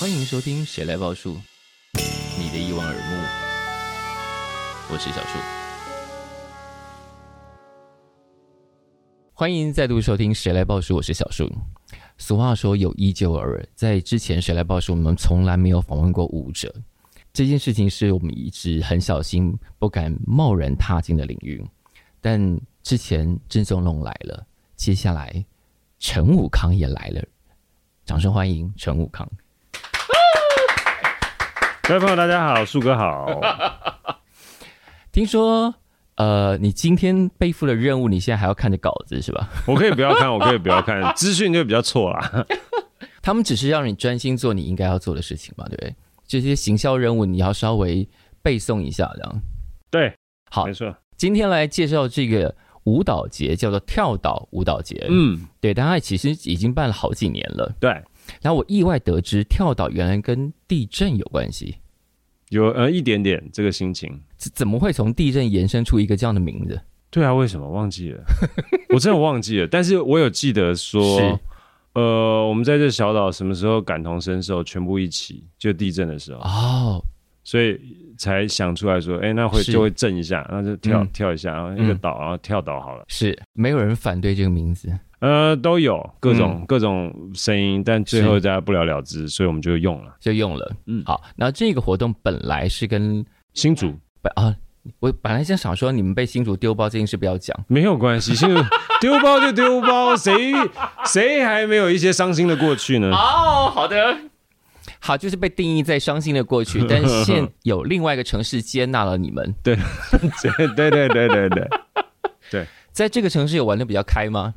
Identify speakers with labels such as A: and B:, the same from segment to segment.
A: 欢迎收听《谁来报数》，你的一望而目，我是小树。欢迎再度收听《谁来报数》，我是小树。俗话说有一就有二，在之前《谁来报数》，我们从来没有访问过舞者，这件事情是我们一直很小心、不敢贸然踏进的领域。但之前郑宗龙来了，接下来陈武康也来了，掌声欢迎陈武康。
B: 各位朋友，大家好，树哥 好。
A: 听说，呃，你今天背负了任务，你现在还要看着稿子是吧？
B: 我可以不要看，我可以不要看，资讯就比较错啦。
A: 他们只是让你专心做你应该要做的事情嘛，对不对？这些行销任务你要稍微背诵一下，这样。
B: 对，
A: 好
B: 没，错。
A: 今天来介绍这个舞蹈节，叫做跳岛舞蹈节。，
B: 嗯，
A: 对，大概其实已经办了好几年了。
B: 对，
A: 然后我意外得知，跳岛原来跟地震有关系，
B: 有呃一点点这个心情。
A: 怎怎么会从地震延伸出一个这样的名字？
B: 对啊，为什么忘 记了？我真的忘记了，但是我有记得
A: 是
B: 说，呃，我们在这小岛什么时候感同身受，全部一起，就地震的时候，
A: 哦，
B: 所以才想出来说，哎、那会
A: 是
B: 就会震一下，那就跳、
A: 嗯
B: 跳一下，然后一个
A: 嗯
B: 岛，然后跳岛好了。
A: 是没有人反对这个名字。
B: 呃，都有各种、各种声音，但最后
A: 是
B: 大家不了了之，所以我们就用了
A: 就用了。嗯
B: 嗯，
A: 好，那这个活动本来是跟
B: 新竹。
A: 本啊，我本来想想说你们被新竹丢包这件事不要讲，
B: 没有关系，现在丢包就丢包，谁谁还没有一些伤心的过去呢？
A: 哦，好的。好，就是被定义在伤心的过去，但 现有另外一个城市接纳了你们。
B: 对对对对对，
A: 在这个城市有玩的比较开吗？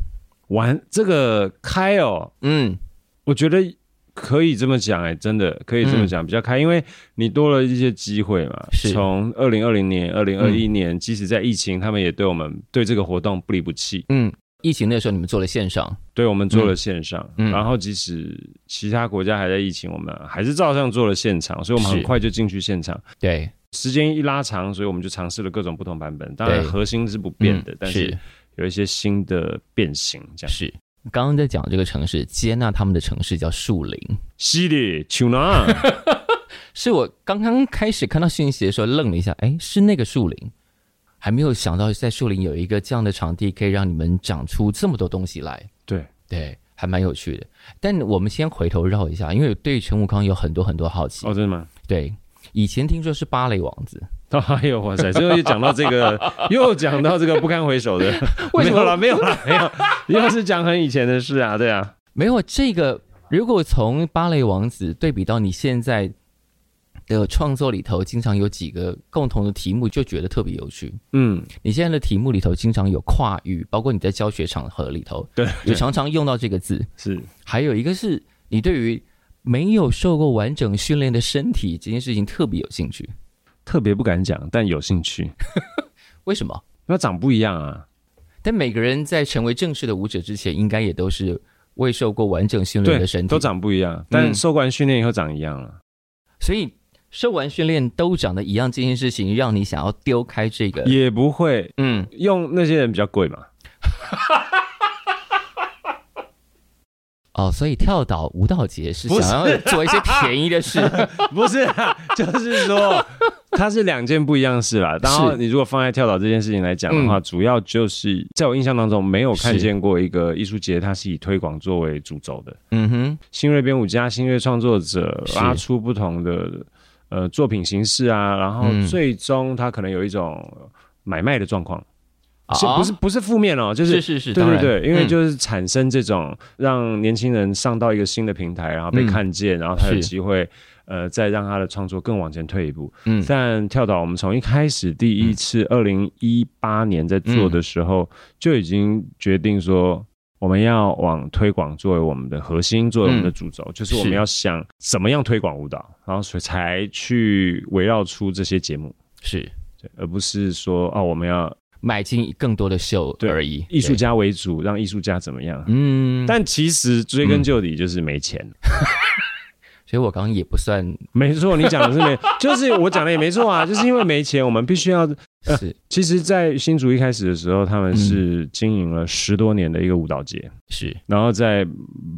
B: 玩这个开哦，
A: 嗯，
B: 我觉得可以这么讲哎、真的可以这么讲，比较开，因为你多了一些机会嘛。
A: 嗯是嗯
B: 从二零二零年、二零二一年，即使在疫情，他们也对我们对这个活动不离不弃，
A: 嗯，疫情那时候你们做了线上，
B: 对我们做了线上。
A: 嗯
B: 然后即使其他国家还在疫情，我们还是照样做了现场，所以我们很
A: 是
B: 快就进去现场。
A: 对，
B: 时间一拉长，所以我们就尝试了各种不同版本。当然
A: 对
B: 核心是不变的，
A: 嗯
B: 但是有一些新的变形，这样。
A: 是。刚刚在讲这个城市，接纳他们的城市叫树林，
B: 犀利丘 南，
A: 是我刚刚开始看到讯息的时候愣了一下，哎，是那个树林，还没有想到在树林有一个这样的场地，可以让你们长出这么多东西来。
B: 对，
A: 对，还蛮有趣的。但我们先回头绕一下，因为对陈武康有很多很多好奇。
B: 哦，真的吗？
A: 对，以前听说是芭蕾王子，
B: 哦，哎呦，哇塞！最后又讲到这 个，又讲到这个不堪回首的，
A: 为
B: 没
A: 什么
B: 有啦，没有啦，没有，又是讲很以前的事啊，对啊，
A: 没有这个。如果从芭蕾王子对比到你现在的创作里头，经常有几个共同的题目，就觉得特别有趣。
B: 嗯，
A: 你现在的题目里头经常有跨域，包括你在教学场合里头
B: 对，
A: 也常常用到这个字。
B: 是
A: 还有一个是你对于没有受过完整训练的身体这件事情特别有兴趣，
B: 特别不敢讲，但有兴趣，
A: 为什么？
B: 那长不一样啊，
A: 但每个人在成为正式的舞者之前，应该也都是未受过完整训练
B: 对
A: 的身，体，
B: 都长不一样，但
A: 嗯
B: 受完训练以后长一样啊了。
A: 所以受完训练都长得一样这件事情，让你想要丢开这个，
B: 也不会
A: 嗯，
B: 用那些人比较贵嘛，
A: 哦，所以跳岛舞蹈节是想
B: 不
A: 要做一些便宜的事，
B: 不是啊，就是说它是两件不一样的事啦。然后你如果放在跳岛这件事情来讲的话，主要就是在我印象当中没有看见过一个艺术节，它是以推广作为主轴的。
A: 嗯哼，
B: 新锐编舞家、新锐创作者
A: 是
B: 拉出不同的呃作品形式啊，然后
A: 嗯
B: 最终它可能有一种买卖的状况，
A: 啊
B: 是不是不是负面哦，就是
A: 是是是，
B: 对
A: 当
B: 对
A: 然
B: 对，因为
A: 嗯
B: 就是产生这种让年轻人上到一个新的平台，然后被
A: 嗯
B: 看见，然后他有
A: 是
B: 机会，呃，再让他的创作更往前退一步。
A: 嗯
B: 但跳岛，我们从一开始第一次二零一八年在做的时候，
A: 嗯
B: 就已经决定说。我们要往推广作为我们的核心，作为我们的
A: 嗯
B: 主轴，就是我们
A: 是
B: 要想怎么样推广舞蹈，然后所以才去围绕出这些节目，
A: 是
B: 对，而不是说哦，我们要
A: 买进更多的秀
B: 对
A: 而已，
B: 艺术
A: 对，
B: 家为主，让艺术家怎么样，
A: 嗯，
B: 但其实追根究底就是没钱，
A: 所以我刚刚也不算
B: 没错，你讲的 是没，就是我讲的也没错啊，就是因为没钱，我们必须要。呃
A: 是
B: 其实，在新竹一开始的时候，他们
A: 嗯
B: 是经营了十多年的一个舞蹈节，
A: 是
B: 然后在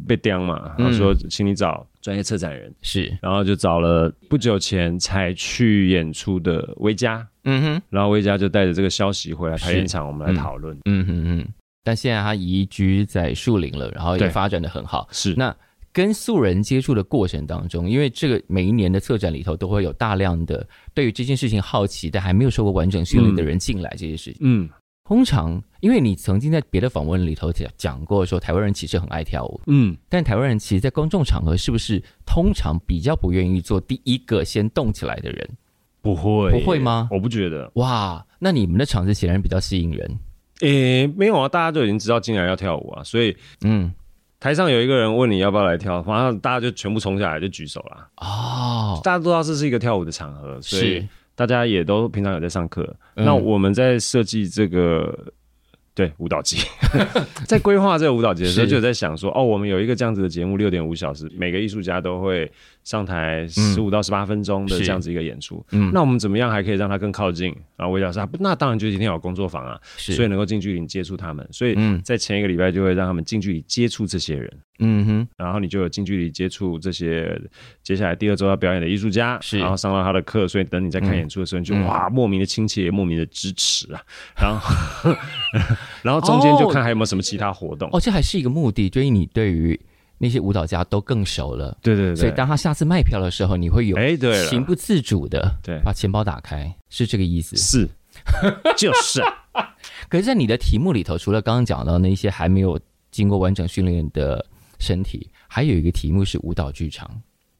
B: 被刁嘛，
A: 嗯
B: 然后说请你找专业策展人，
A: 是，
B: 然后就找了不久前才去演出的维嘉，
A: 嗯哼，
B: 然后维嘉就带着这个消息回来
A: 是
B: 排练场，我们来讨论。
A: 嗯哼嗯。但现在他移居在树林了，然后也
B: 对
A: 发展的很好。
B: 是，
A: 那跟素人接触的过程当中，因为这个每一年的策展里头都会有大量的对于这件事情好奇但还没有受过完整训练的人进来这些事情。
B: 嗯
A: 通常，因为你曾经在别的访问里头讲讲过说台湾人其实很爱跳舞，
B: 嗯，
A: 但台湾人其实，在公众场合是不是通常比较不愿意做第一个先动起来的人？
B: 不会耶
A: 不会吗
B: 我不觉得，
A: 哇，那你们的场子显然比较吸引人。
B: 诶，没有啊，大家就已经知道进来要跳舞啊，所以
A: 嗯，
B: 台上有一个人问你要不要来跳，马上大家就全部冲下来就举手啦。
A: 哦，
B: 大家都知道这是一个跳舞的场合，所以
A: 是，
B: 大家也都平常有在上课。
A: 嗯
B: 那我们在设计这个对舞蹈节， 在规划这个舞蹈节的时候，
A: 是
B: 就有在想说，哦，我们有一个这样子的节目，六点五小时，每个艺术家都会上台十五到十八分钟的
A: 是
B: 这样子一个演出。
A: 嗯
B: 那我们怎么样还可以让它更靠近？然后魏老师，啊不那当然就是一定要有工作坊啊，
A: 是，
B: 所以能够近距离接触他们。所以
A: 嗯
B: 在前一个礼拜就会让他们近距离接触这些人。
A: 嗯哼，
B: 然后你就有近距离接触这些接下来第二周要表演的艺术家，
A: 是
B: 然后上到他的课，所以等你在看演出的时候，你就
A: 嗯
B: 哇，莫名的亲切，莫名的支持啊，然后 然后中间就看还有没有什么其他活动，
A: 哦，这还是一个目的，就是你对于那些舞蹈家都更熟了，
B: 对对
A: 所以
B: 对，
A: 当他下次卖票的时候，你会有
B: 哎对
A: 情
B: 了，
A: 不自主的
B: 对
A: 把钱包打开，是这个意思。
B: 是就是啊，
A: 可是，在你的题目里头，除了刚刚讲到那些还没有经过完整训练的身体，还有一个题目是舞蹈剧场。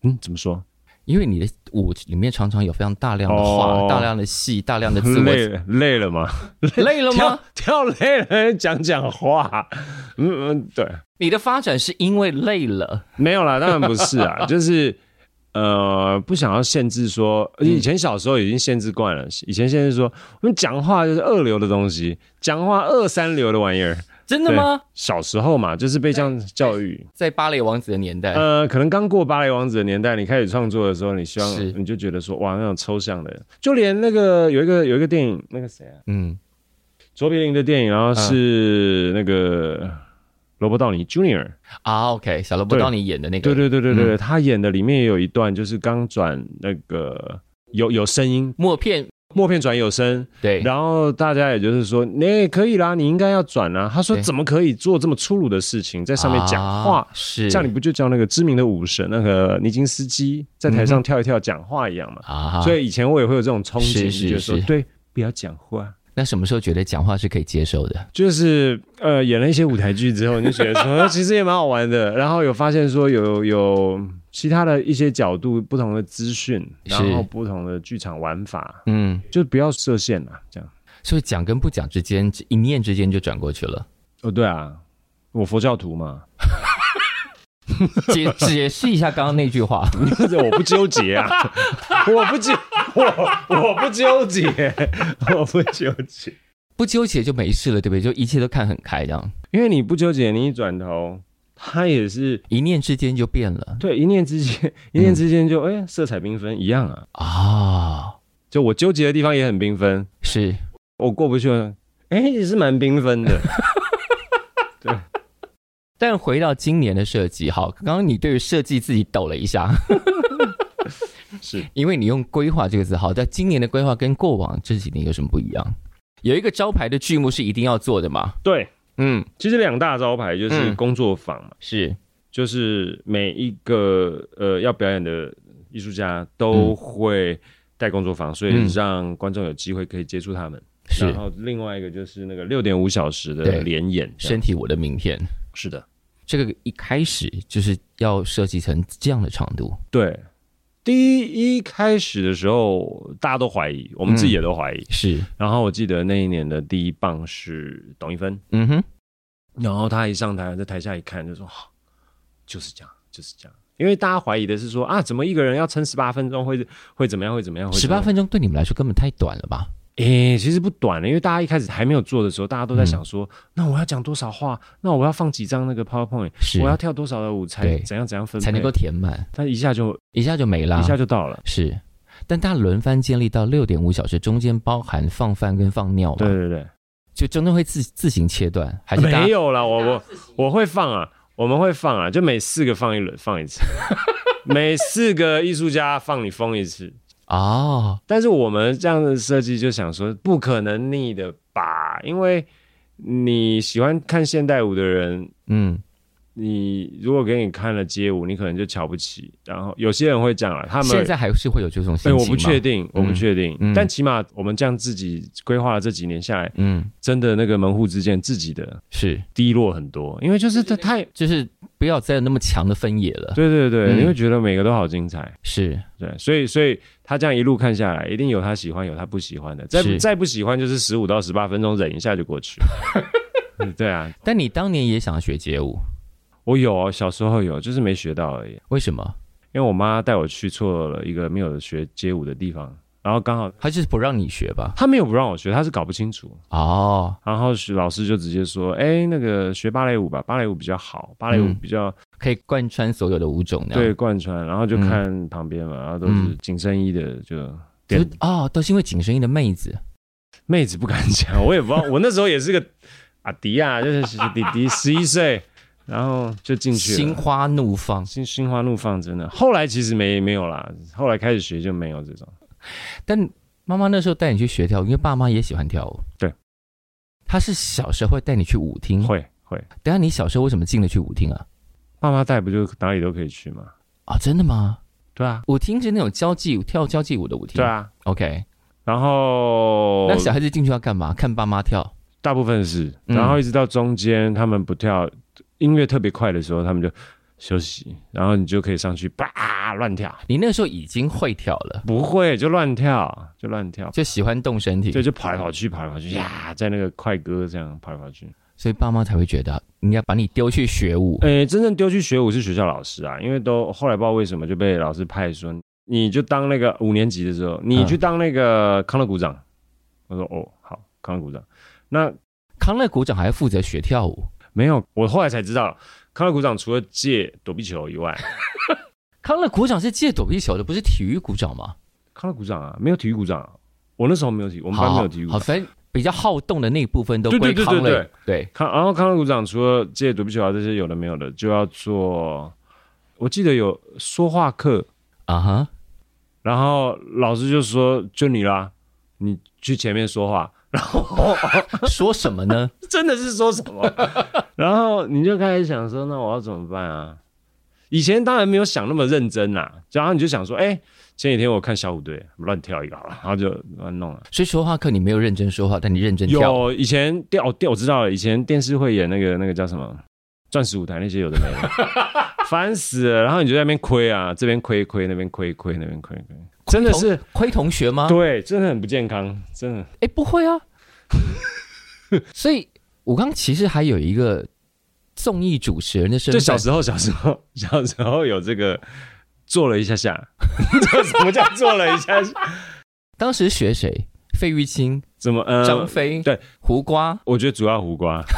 B: 嗯，怎么说？
A: 因为你的舞里面常常有非常大量的话、
B: 哦
A: 大量的戏、大量的 自我
B: 累了累了吗？
A: 累了
B: 跳
A: 吗？
B: 跳哦累了，讲讲话，嗯嗯，对，
A: 你的发展是因为累了，
B: 没有啦，当然不是啊，就是呃，不想要限制说，以前小时候已经限制惯了，以前限制说我们讲话就是二流的东西，讲话二三流的玩意儿。
A: 真的吗？
B: 小时候嘛，就是被这样教育。
A: 在芭蕾王子的年代，
B: 呃，可能刚过芭蕾王子的年代，你开始创作的时候，你希望
A: 是
B: 你就觉得说，哇，那种抽象的，就连那个有一个有一个电影，那个谁啊，
A: 嗯，
B: 卓别林的电影，然后是那个罗伯道尼 Junior，
A: 啊，OK，小萝卜
B: 对
A: 当你演的那个，
B: 对对对对对，
A: 嗯
B: 他演的里面也有一段，就是刚转那个有有声音，
A: 默片，
B: 默片转有声，
A: 对，
B: 然后大家也就是说，那、可以啦，你应该要转啊。他说
A: 对
B: 怎么可以做这么粗鲁的事情，在上面讲话？
A: 啊是
B: 这样你不就叫那个知名的武神那个尼金斯基在台上跳一跳讲话一样嘛？
A: 嗯啊，
B: 所以以前我也会有这种憧
A: 是
B: 憬，
A: 是
B: 就觉得说
A: 是
B: 对，不要讲话。
A: 那什么时候觉得讲话是可以接受的？
B: 就是呃，演了一些舞台剧之后，你就觉得说呃其实也蛮好玩的。然后有发现说有有其他的一些角度、不同的资讯，
A: 是
B: 然后不同的剧场玩法，
A: 嗯，
B: 就不要设限了。这样
A: 所以讲跟不讲之间，一念之间就转过去了。
B: 哦，对啊，我佛教徒嘛，
A: 解解释一下刚刚那句话，
B: 我不纠结啊，我不纠我我不纠结，我不纠结，
A: 不纠结就没事了，对不对？就一切都看很开，这样
B: 因为你不纠结，你一转头，他也是
A: 一念之间就变了
B: 对一念之间，一念之间就哎、色彩缤纷一样啊。
A: 啊，
B: 就我纠结的地方也很缤纷，
A: 是。
B: 我过不去了。哎、也是蛮缤纷 的。
A: 但回到今年的设计，好，刚刚你对于设计自己抖了一下，
B: 是，
A: 因为你用规划这个字，好，但今年的规划跟过往这几年有什么不一样？有一个招牌的剧目是一定要做的嘛？
B: 对。
A: 嗯，
B: 其实两大招牌就是
A: 嗯
B: 工作坊嘛，
A: 是
B: 就是每一个呃要表演的艺术家都会带工作坊，所以
A: 嗯
B: 让观众有机会可以接触他们。然
A: 是，
B: 后另外一个就是那个六点五小时
A: 对
B: 的联演，这样
A: 身体我的明天，
B: 是的，
A: 这个一开始就是要设计成这样的长度，
B: 对。第一一开始的时候，大家都怀疑，我们自己也都怀疑。
A: 是，
B: 然后我记得那一年的第一棒是董一芬，
A: 嗯哼，
B: 然后他一上台，在台下一看，就说、哦就是这样，就是这样。因为大家怀疑的是说啊，怎么一个人要撑十八分钟会会怎么样，会怎么样？会
A: 十
B: 怎么
A: 八
B: 样
A: 分钟对你们来说根本太短了吧？
B: 诶、其实不短的，因为大家一开始还没有做的时候，大家都在想
A: 嗯
B: 说，那我要讲多少话，那我要放几张那个 PowerPoint，
A: 是
B: 我要跳多少的舞才
A: 对
B: 怎样怎样分配，
A: 才能够啊填满，
B: 但一下就
A: 一下就没啦。
B: 一下就到了。
A: 是，但它轮番建立到六点五小时，中间包含放饭跟放尿嘛，
B: 对，对对，
A: 就中间会自自行切断，还是大家
B: 没有啦，我我我会放啊，我们会放啊，就每四个放一轮，放 一次，每四个艺术家放你疯一次。
A: 哦，
B: 但是我们这样的设计就想说，不可能腻的吧？因为你喜欢看现代舞的人，
A: 嗯，
B: 你如果给你看了街舞，你可能就瞧不起。然后有些人会讲了，他们
A: 现在还是会有这种心
B: 哎，
A: 情
B: 我不确
A: 定，
B: 定，我不确定。
A: 嗯
B: 但起码我们这样自己规划了这几年下来，
A: 嗯，
B: 真的那个门户之见自己的
A: 是，
B: 低落很多，因为就是它太
A: 就是不要再有那么强的分野了，
B: 对对对，
A: 嗯
B: 你会觉得每个都好精彩。
A: 是
B: 对，所以所以他这样一路看下来，一定有他喜欢，有他不喜欢的。再
A: 是
B: 再不喜欢，就是十五到十八分钟忍一下就过去。 嗯对啊，
A: 但你当年也想学街舞，
B: 我有哦，小时候有，就是没学到而已。
A: 为什么？
B: 因为我妈带我去错了一个没有学街舞的地方，然后刚好
A: 他就是不让你学吧？
B: 她没有不让我学，她是搞不清楚。
A: 哦，
B: 然后是老师就直接说：“哎，那个学芭蕾舞吧，芭蕾舞比较好，芭蕾舞
A: 嗯
B: 比较、
A: 可以贯穿所有的舞种那样，
B: 对贯穿。”然后就看旁边嘛，然后都是
A: 嗯
B: 紧身衣的，就
A: 就
B: 点
A: 是哦，都是因为紧身衣的妹子，
B: 妹子不敢讲，我也不知道，我那时候也是个阿迪啊，就是弟弟十一岁，然后就进去
A: 心
B: 了。
A: 花怒放。
B: 心心花怒放，真的。后来其实没没有啦，后来开始学就没有这种。
A: 但妈妈那时候带你去学跳舞，因为爸妈也喜欢跳舞。
B: 对，
A: 他是小时候会带你去舞厅。
B: 会会，
A: 等一下你小时候为什么进得去舞厅啊？
B: 爸妈带不就哪里都可以去吗？
A: 啊、真的吗？
B: 对啊，
A: 舞厅是那种交际舞，跳交际舞的舞厅。
B: 对。啊。
A: OK，
B: 然后
A: 那小孩子进去要干嘛？看爸妈跳。
B: 大部分是，
A: 嗯
B: 然后一直到中间他们不跳，音乐特别快的时候，他们就休息，然后你就可以上去叭乱跳，
A: 你那时候已经会跳了，
B: 不会就乱跳，就乱跳，
A: 就喜欢动身体，
B: 对，就跑来跑去，跑来跑去呀，在那个快歌这样跑来跑去。
A: 所以爸妈才会觉得应该把你丢去学舞。
B: 诶、真正丢去学舞是学校老师啊，因为都后来不知道为什么就被老师派说，你就当那个五年级的时候，你去当那个康乐鼓掌。我说哦，好，康乐鼓掌。那
A: 康乐鼓掌还负责学跳舞。
B: 没有，我后来才知道，康乐鼓掌除了借躲避球以外，
A: 康乐鼓掌是借躲避球的，不是体育鼓掌吗？
B: 康乐鼓掌啊，没有体育鼓掌啊、我那时候没有体，我
A: 我
B: 们班没有体育鼓
A: 好，
B: 掌。
A: 反正比较好动的那一部分都归
B: 对对对
A: 康乐。
B: 对对
A: 对
B: 康，然后康乐鼓掌除了借躲避球啊这些有的没有的，就要做，我记得有说话课，
A: 啊哈。
B: 然后老师就说就你啦，你去前面说话，
A: 说什么呢？
B: 真的是说什 么，然后你就开始想说，那我要怎么办啊？以前当然没有想那么认真啦、然后你就想说，哎、前几天我看小虎队乱跳一个好了，然后就乱弄了。
A: 所以说话课你没有认真说话，但你认真跳。
B: 有以前电哦电我知道了，以前电视会演那个那个叫什么钻石舞台那些有的没 的，烦死了。然后你就在那边亏啊，这边亏一亏，那边亏一亏，那边亏一亏，真的是
A: 亏同啊学吗？
B: 对，真的很不健康，真的。
A: 哎，不 会啊。所以我刚其实还有一个综艺主持人的身
B: 就
A: 份，
B: 小时候，小时候，小时候有这个做了一下下， 这什么叫做了一下下？
A: 当时学谁？费玉清、
B: 怎么
A: 张
B: 呃？
A: 飞、
B: 对
A: 胡瓜。
B: 我觉得主要胡瓜，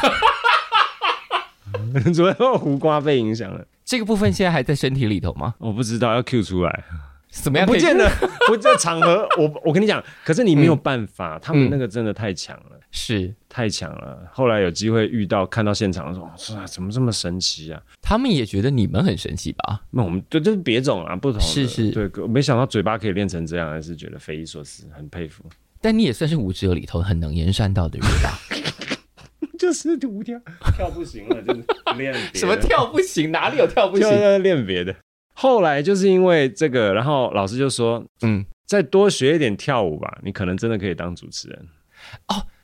B: 主要胡瓜被影响了，
A: 这个部分现在还在身体里头吗？
B: 我不知道要 Q 出来。
A: 怎么样可
B: 不
A: 以？
B: 见得，不这场合，我我跟你讲，可是你没有
A: 嗯
B: 办法，他们那个真的太强了，
A: 是
B: 太强了。后来有机会遇到，看到现场说，哇、啊，怎么这么神奇啊？
A: 他们也觉得你们很神奇吧？
B: 那我们对，就是别种啊，不同的
A: 是是
B: 对，我没想到嘴巴可以练成这样，还是觉得匪夷所思，很佩服。
A: 但你也算是舞者里头很能言善道的人 吧？
B: 就是无跳跳不行了，就是练别的
A: 什么跳不行？哪里有跳不
B: 就
A: 行？
B: 是练别的。后来就是因为这个，然后老师就说，
A: 嗯，
B: 再多学一点跳舞吧，你可能真的可以当主持人。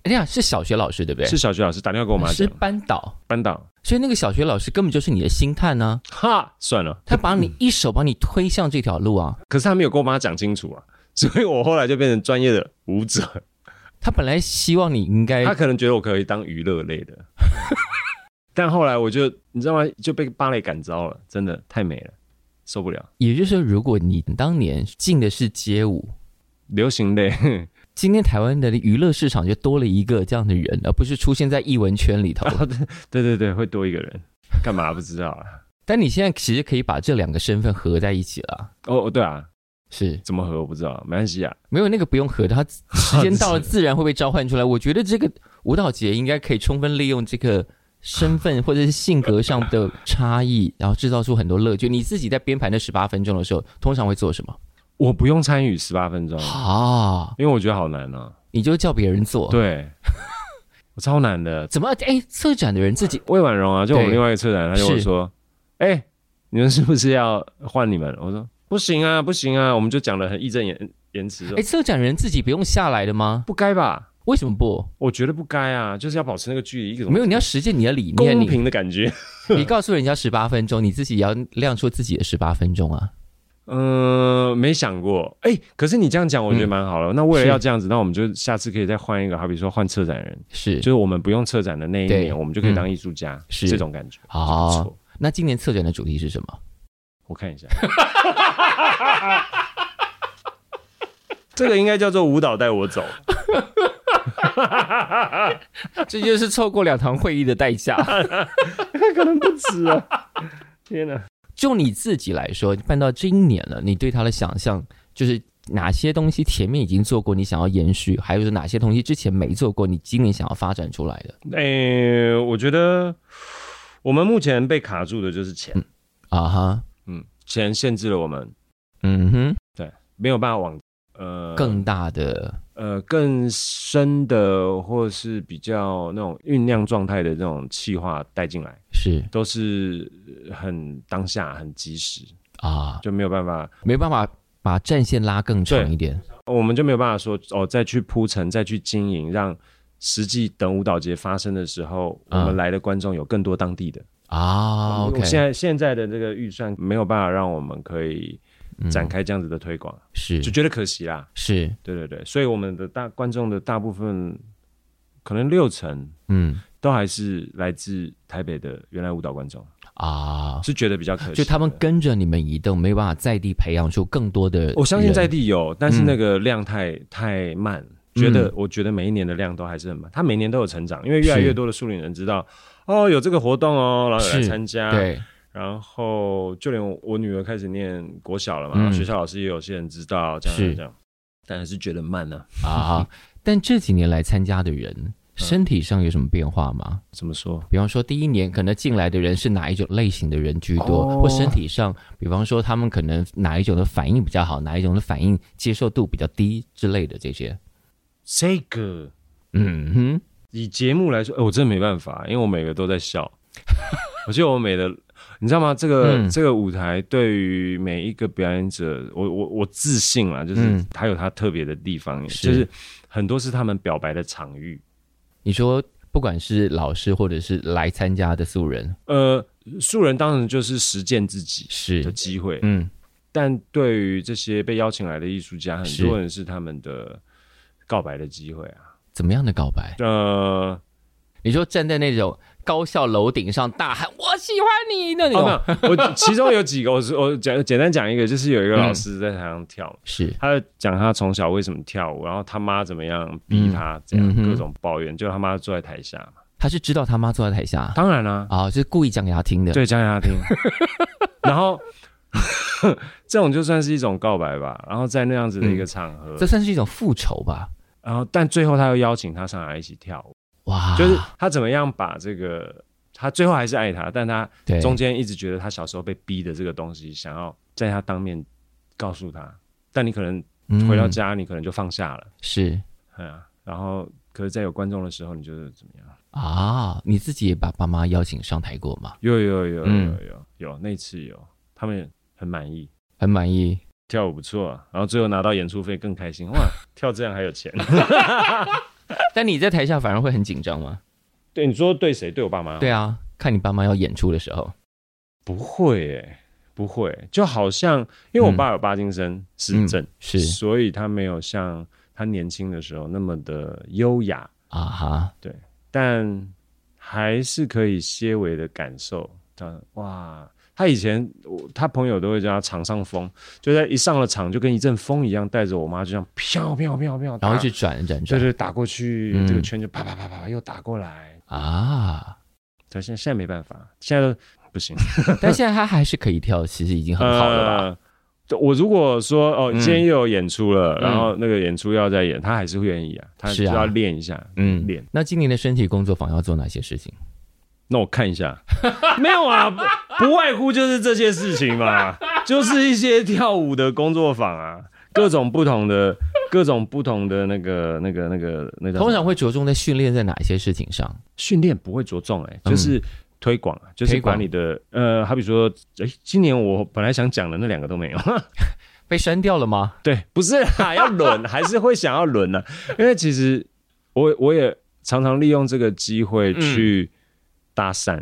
A: 哎呀，是小学老师对不对？
B: 是小学老师打电话跟我啊妈
A: 是
B: 讲，
A: 班导。
B: 班导，
A: 所以那个小学老师根本就是你的星探呢、
B: 哈，算了。
A: 他把你一手把你推向这条路啊。
B: 可是他没有跟我妈讲清楚啊， 所以我后来就变成专业的舞者。
A: 他本来希望你应该
B: 他可能觉得我可以当娱乐类的， 但后来我就你知道吗？就被芭蕾感召了，真的太美了，受不了。
A: 也就是说，如果你当年进的是街舞，
B: 流行类，
A: 今天台湾的娱乐市场就多了一个这样的人，而不是出现在艺文圈里头。
B: 对对对，会多一个人，干嘛不知道啊？
A: 但你现在其实可以把这两个身份合在一起了，
B: 哦，对啊，
A: 是
B: 怎么合我不知道，没关系啊。
A: 没有那个不用合的，他 时间到了自然会被召唤出来。我觉得这个舞蹈节应该可以充分利用这个身份或者是性格上的差异，然后制造出很多乐趣。你自己在编排那十八分钟的时候，通常会做什么？
B: 我不用参与十八分钟，
A: 啊，
B: 因为我觉得好难啊。
A: 你就叫别人做，，
B: 对， 我超难的。
A: 怎么哎，策展的人自己
B: 魏婉容啊，就我们
A: 对
B: 另外一个策展，他就问
A: 是
B: 说：“哎、你们是不是要换你们？”我说：“不行啊，不行啊！”我们就讲的很义正言言辞说
A: 哎，策展人自己不用下来的吗：“？
B: 不该吧？
A: 为什么不？
B: 我觉得不该啊，就是要保持那个距离，一种
A: 没有，你要实践你的理念，
B: 公
A: 你
B: 平的感觉。
A: 你告诉人家十八分钟，你自己也要亮出自己的十八分钟啊。”
B: 嗯、没想过。哎、可是你这样讲，我觉得蛮好了。那为
A: 嗯
B: 了
A: 是
B: 要这样子，那我们就下次可以再换一个，好比说换策展人，
A: 是，
B: 就是我们不用策展的那一
A: 对
B: 年，我们就可以
A: 嗯
B: 当艺术家，
A: 是
B: 这种感觉。
A: 好
B: 不错
A: 那今年策展的主题是什么？
B: 我看一下， 这个应该叫做舞蹈带我走。
A: 这就是错过两堂会议的代价。
B: 可能不止啊！天哪，
A: 就你自己来说，办到今年了，你对它的想象就是哪些东西前面已经做过，你想要延续，还有是哪些东西之前没做过，你今年想要发展出来的
B: 诶、我觉得我们目前被卡住的就是钱，
A: 啊哈？
B: 嗯，钱限制了我们，
A: 嗯哼，
B: 没有办法往呃
A: 更大的
B: 呃更深的或是比较那种酝酿状态的那种气化带进来，
A: 是
B: 都是很当下、很及时，
A: 啊，
B: 就没有办法，
A: 没办法把战线拉更长一点。
B: 我们就没有办法说哦，再去铺陈、再去经营，让实际等舞蹈节发生的时候，我
A: 嗯
B: 们来的观众有更多当地的。
A: 啊
B: 我
A: ，OK，
B: 现在现在的这个预算没有办法让我们可以展
A: 嗯
B: 开这样子的推广，
A: 是
B: 就觉得可惜啦。
A: 是，
B: 对对对，所以我们的大观众的大部分，可能六成
A: 嗯
B: 都还是来自台北的原来舞蹈观众，
A: 啊，
B: 是觉得比较可惜的。
A: 就他们跟着你们移动，没有办法在地培养出更多的人。嗯
B: 我相信在地有，但是那个量太、太慢，觉得、我觉得每一年的量都还是很慢，它每年都有成长，因为越来
A: 是
B: 越多的树林人知道。哦，有这个活动哦，然后有来
A: 嗯是
B: 参加，
A: 对，
B: 然后就连我我女儿开始念国小了嘛，
A: 嗯
B: 然后学校老师也有些人知道，这样
A: 是
B: 这样，但还是觉得慢呢、
A: 啊，但这几年来参加的人，身体上有什么变化吗？
B: 怎么说？
A: 比方说，第一年可能进来的人是哪一种类型的人居多，
B: 哦
A: 或身体上，比方说他们可能哪一种的反应比较好，哪一种的反应接受度比较低之类的这些。
B: 这个
A: 嗯哼，
B: 以节目来说，哎，我真的没办法，因为我每个都在笑。我觉得我每的，你知道吗？这个、
A: 嗯
B: 这个舞台对于每一个表演者，我我我自信啦，就是
A: 嗯
B: 他有他特别的地方，
A: 是
B: 就是很多是他们表白的场域。
A: 你说不管是老师或者是来参加的素人，
B: 呃，素人当然就是实践自己的
A: 是，
B: 机会，
A: 嗯，
B: 但对于这些被邀请来的艺术家，很
A: 是
B: 多人是他们的告白的机会啊。
A: 怎么样的告白？
B: 呃，
A: 你说站在那种高校楼顶上大喊“我喜欢你”那种，
B: 哦，没有，我其中有几个，我是我简简单讲一个，就是有
A: 嗯
B: 一个老师在台上跳，
A: 是
B: 他讲他从小为什么跳舞，然后他妈怎么样逼他，这样、
A: 嗯哼
B: 各种抱怨，就他妈坐在台下嘛。
A: 他是知道他妈坐在台下
B: 当然啦、
A: 啊，就是故意讲给他听的。
B: 对，讲给他 听。然后 这种就算是一种告白吧。然后在那样子的一个场合，
A: 嗯这算是一种复仇吧？
B: 然后但最后他又邀请他上来一起跳舞，
A: 哇，
B: 就是他怎么样把这个。他最后还是爱他，但他
A: 对
B: 中间一直觉得他小时候被逼的这个东西，想要在他当面告诉他，但你可能回到、家，你可能就放下了，
A: 嗯、是
B: 哎呀、然后可是，在有观众的时候，你觉得怎么样？
A: 啊，你自己也把爸妈邀请上台过吗？
B: 有有有有
A: 嗯
B: 有有有那次有，他们很满意，
A: 很满意，
B: 跳舞不错，啊然后最后拿到演出费更开心哇！跳这样还有钱？
A: 但你在台下反而会很紧张吗？
B: 对，你说对谁？对我爸妈？
A: 对
B: 啊，
A: 啊，看你爸妈要演出的时候，
B: 不会耶、不会，就好像因为我爸有帕金森氏症，
A: 嗯是
B: 所以他没有像他年轻的时候那么的优雅，
A: 啊哈，
B: 但还是可以些微的感受到哇，他以前我他朋友都会叫他场上风，就在一上了场就跟一阵风一样，带着我妈就这样飘飘飘飘，
A: 然后一
B: 就
A: 直转转
B: 对
A: 转
B: 对打过去，
A: 嗯
B: 这个圈就啪啪啪啪啪又打过来。
A: 啊！
B: 但现在现在没办法，现在都不行，
A: 但现在他还是可以跳，其实已 经很好了吧？
B: 呃对我如果说哦，
A: 嗯
B: 今天又有演出了，
A: 嗯
B: 然后那个演出要再演，他还是会愿意啊，他
A: 是
B: 就
A: 啊
B: 要练一下，
A: 嗯
B: 嗯，练。
A: 那今年的身体工作坊要做哪些事情？
B: 那我看一下， 没有啊，不不外乎就是这些事情嘛，就是一些跳舞的工作坊啊，各种不同的、各种不同的那个、那个、那个、那个。
A: 通常会着重在训练在哪一些事情上？
B: 训练不会着重、哎，
A: 嗯
B: 就是推广啊，就是
A: 推广
B: 把你的呃，好比说，哎、今年我本来想讲的那两个都没有，
A: 被删掉了吗？
B: 对，不是啦，要轮还是会想要轮呢、因为其实我我也常常利用这个机会去搭讪，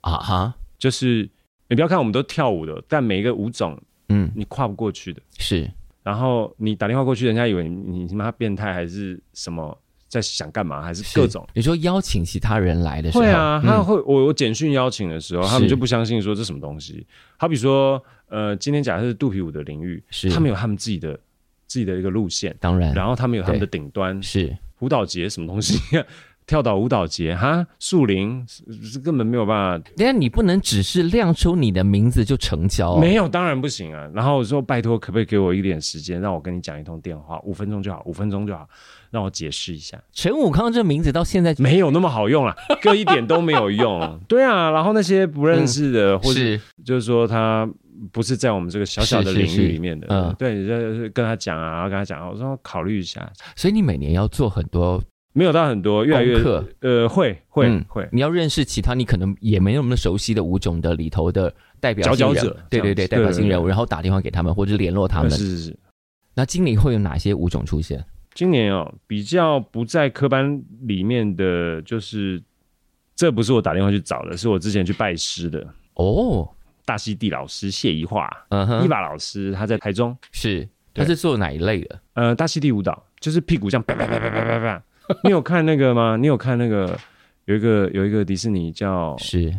A: 啊哈，
B: 就是你不要看我们都跳舞的，但每一个舞种
A: 嗯，
B: 你跨不过去的，
A: 是
B: 然后你打电话过去，人家以为你你他妈变态还是什么，在想干嘛，还是
A: 是
B: 各种。。
A: 你说邀请其他人来的时候，
B: 会啊，他
A: 嗯
B: 会我我简讯邀请的时候，他们
A: 是
B: 就不相信说这什么东西。好比说，呃，今天假设是肚皮舞的领域，
A: 是
B: 他们有他们自己的自己的一个路线，
A: 当然
B: 然后他们有他们的
A: 对
B: 顶端，
A: 是
B: 舞蹈节什么东西、 啊？跳岛舞蹈节哈，树林是是根本没有办法，
A: 但你不能只是亮出你的名字就成交、哦，
B: 没有当然不行啊。然后我说拜托，可不可以给我一点时间，让我跟你讲一通电话，五分钟就好，五分钟就好，让我解释一下，
A: 陈武康这名字到现在
B: 没有那么好 用啦，哥一点都没有用。对啊，然后那些不认识的，或是
A: 嗯是
B: 就是说他不是在我们这个小小
A: 是
B: 的
A: 是
B: 领域
A: 是
B: 里面的，
A: 嗯
B: 对，你就是跟他讲啊，然后跟他讲啊，我说考虑一下，
A: 所以你每年要做很多
B: 没有到很多，越来越
A: 功课，
B: 呃，会会、
A: 嗯
B: 会，
A: 你要认识其他你可能也没那么熟悉的舞种的里头的代表性
B: 佼佼
A: 人
B: 者
A: 对对
B: 这
A: 对，
B: 样子
A: 代表性
B: 对对
A: 人物，然后打电话给他们或者联络他们。
B: 是是是。
A: 那今年会有哪些舞种出现？
B: 今年哦，比较不在科班里面的，就是这不是我打电话去找的，是我之前去拜师的
A: 哦，
B: 大溪地老师谢宜化，
A: 嗯
B: 伊
A: 哼，
B: 娃老师，他在台中，
A: 是，他
B: 对
A: 是做哪一类的？
B: 呃，大溪地舞蹈就是屁股这样啪啪啪啪啪啪啪。你有看那个吗？你 有看那个有一个有一个迪士尼叫
A: 是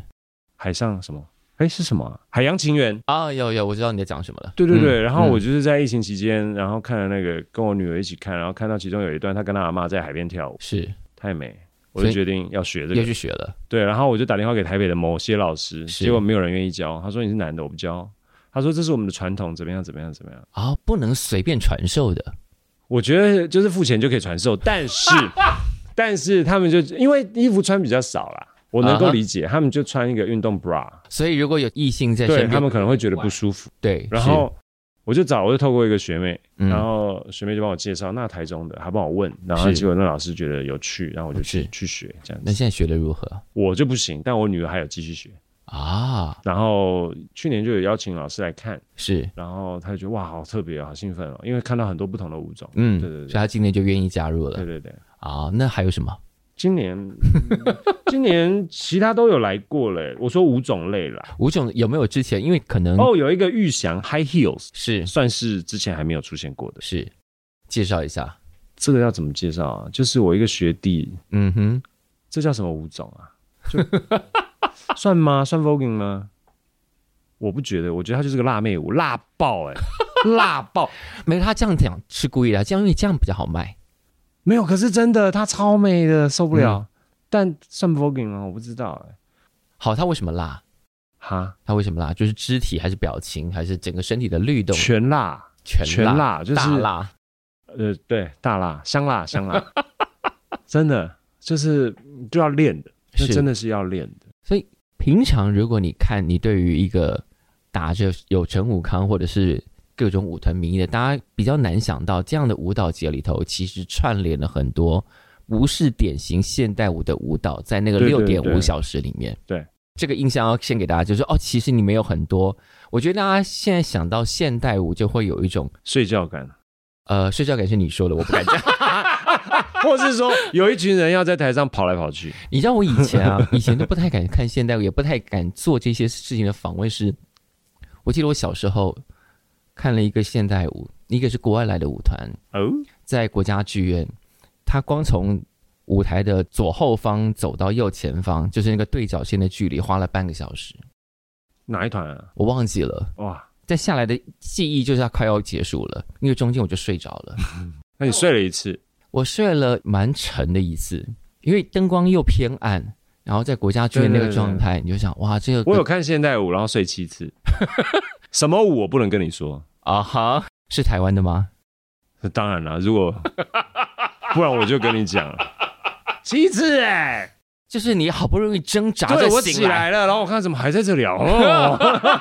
B: 海上什么？哎，是什么啊、海洋情缘。
A: 啊，有有，我知道你在讲什么了。
B: 对对对，
A: 嗯
B: 然后我
A: 嗯
B: 就是在疫情期间，然后看了那个，跟我女儿一起看，然后看到其中有一段，她跟她阿妈在海边跳舞，
A: 是
B: 太美，我就
A: 所以
B: 决定要学这个
A: 又。去学了，
B: 对，然后我就打电话给台北的某些老师，
A: 是
B: 结果没有人愿意教。他说你是男的，我不教。他说这是我们的传统，怎么样怎么样怎么样。
A: 啊、不能随便传授的。
B: 我觉得就是付钱就可以传授，但是但是他们就因为衣服穿比较少啦，我能
A: 啊
B: 够
A: 哈
B: 理解，他们就穿一个运动 bra，
A: 所以如果有异性在身
B: 对
A: 边，
B: 他们可能会觉得不舒服。
A: 对，
B: 然后我就找，我就透过一个学妹，
A: 是嗯
B: 然后学妹就帮我介绍，那台中的，还帮我问，然后
A: 是
B: 结果那老师觉得有趣，然后我就去
A: 是
B: 去学这样
A: 那
B: 子。
A: 现在学的如何
B: 我就不行，但我女儿还有继续学。
A: 啊？
B: 然后去年就有邀请老师来看。
A: 是，
B: 然后他就觉得哇，好特别哦，好兴奋哦，因为看到很多不同的舞种。
A: 嗯，
B: 对对对
A: 所以他今年就愿意加入了
B: 对对对，
A: 啊。那还有什么？
B: 今年、嗯今年其他都有来过嘞。我说舞种类啦，
A: 吴总有没有之前？因为可能
B: 哦，有一个玉祥 High Heels，
A: 是
B: 算是之前还没有出现过的。
A: 是，介绍一下。
B: 这个要怎么介绍啊？就是我一个学弟，
A: 嗯哼，
B: 这叫什么舞种啊？就算吗？算 voguing 吗？我不觉得，我觉得他就是个辣妹舞，辣爆哎、辣爆！
A: 没有他这样讲是故意的，这样因为这样比较好卖。
B: 没有，可是真的，她超美的，受不了。但算 voguing 吗？我不知道哎、
A: 好，他为什么辣？
B: 哈，
A: 他为什么辣？就是肢体还是表情，还是整个身体的律动？
B: 全辣，
A: 全
B: 全
A: 辣，
B: 辣，就是
A: 大辣。
B: 呃，对，大辣，香辣，香辣， 真的就是就要练的，那
A: 是
B: 真的是要练的。
A: 平常如果你看你对于一个打着有陈武康或者是各种舞团名义的，大家比较难想到这样的舞蹈节里头，其实串联了很多不是典型现代舞的舞蹈，在那个
B: 对
A: 六
B: 对
A: 点五
B: 对
A: 小时里面。
B: 对
A: 这个印象要先给大家，就是哦，其实你没有很多。我觉得大家现在想到现代舞，就会有一种
B: 睡觉 感，
A: 呃，睡觉感是你说的，我不敢讲。
B: 或是说有一群人要在台上跑来跑去，
A: 你知道我以前啊， 以前都不太敢看现代舞，也不太敢做这些事情的访问是。我记得我小时候看了一个现代舞，一个是国外来的舞团，
B: 哦，
A: 在国家剧院，他光从舞台的左后方走到右前方，就是那个对角线的距离，花了半个小时。
B: 哪一团啊？
A: 我忘记了。
B: 哇，
A: 但下来的记忆就是它快要结束了，因为中间我就睡着了。
B: 那你睡了一次，
A: 我睡了蛮沉的一次，因为灯光又偏暗，然后在国家剧院那个状态，你就想哇，这
B: 我
A: 个
B: 有看现代舞，然后睡七 次。什么舞我不能跟你说，
A: 啊哈，是台湾的吗？
B: 当然啦，如 果不然我就跟你讲了。七次哎、
A: 就是你好不容易挣扎
B: 对，
A: 着
B: 我
A: 醒
B: 起来了，然后我看怎么还在这里啊？哦，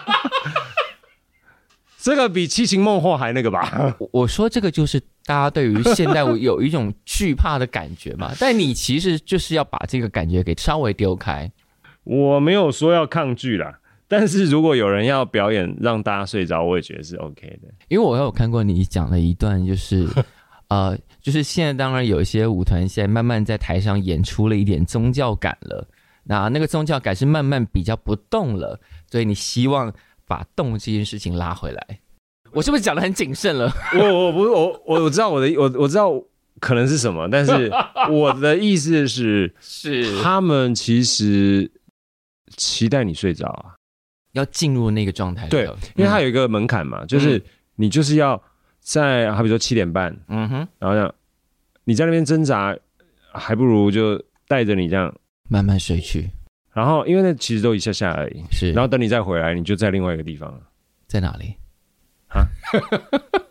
B: 这个比《七情梦惑》还那个吧？
A: 我我说这个就是大家对于现代舞有一种惧怕的感觉 嘛，但你其实就是要把这个感觉给稍微丢开。
B: 我没有说要抗拒啦，但是如果有人要表演让大家睡着，我也觉得是 OK 的。
A: 因为我有看过你讲了一段，就是 呃，就是现在当然有一些舞团现在慢慢在台上演出了一点宗教感了，那那个宗教感是慢慢比较不动了，所以你希望把动这件事情拉回来。我是不是讲的很谨慎了？
B: 我我不是我我我知道我的我我知道可能是什么，但是我的意思是，
A: 是
B: 他们其实期待你睡着啊，
A: 要进入那个状态里头。嗯
B: 对因为它
A: 有
B: 有一个门槛嘛，就是你就是要在，好比说七点半，
A: 嗯哼，
B: 然后这样你在那边挣扎，还不如就带着你这样，
A: 慢慢睡去
B: 然后因为那其实都一下下而已，
A: 是，
B: 然后等你再回来，你就在另外一个地方了。
A: 在哪里？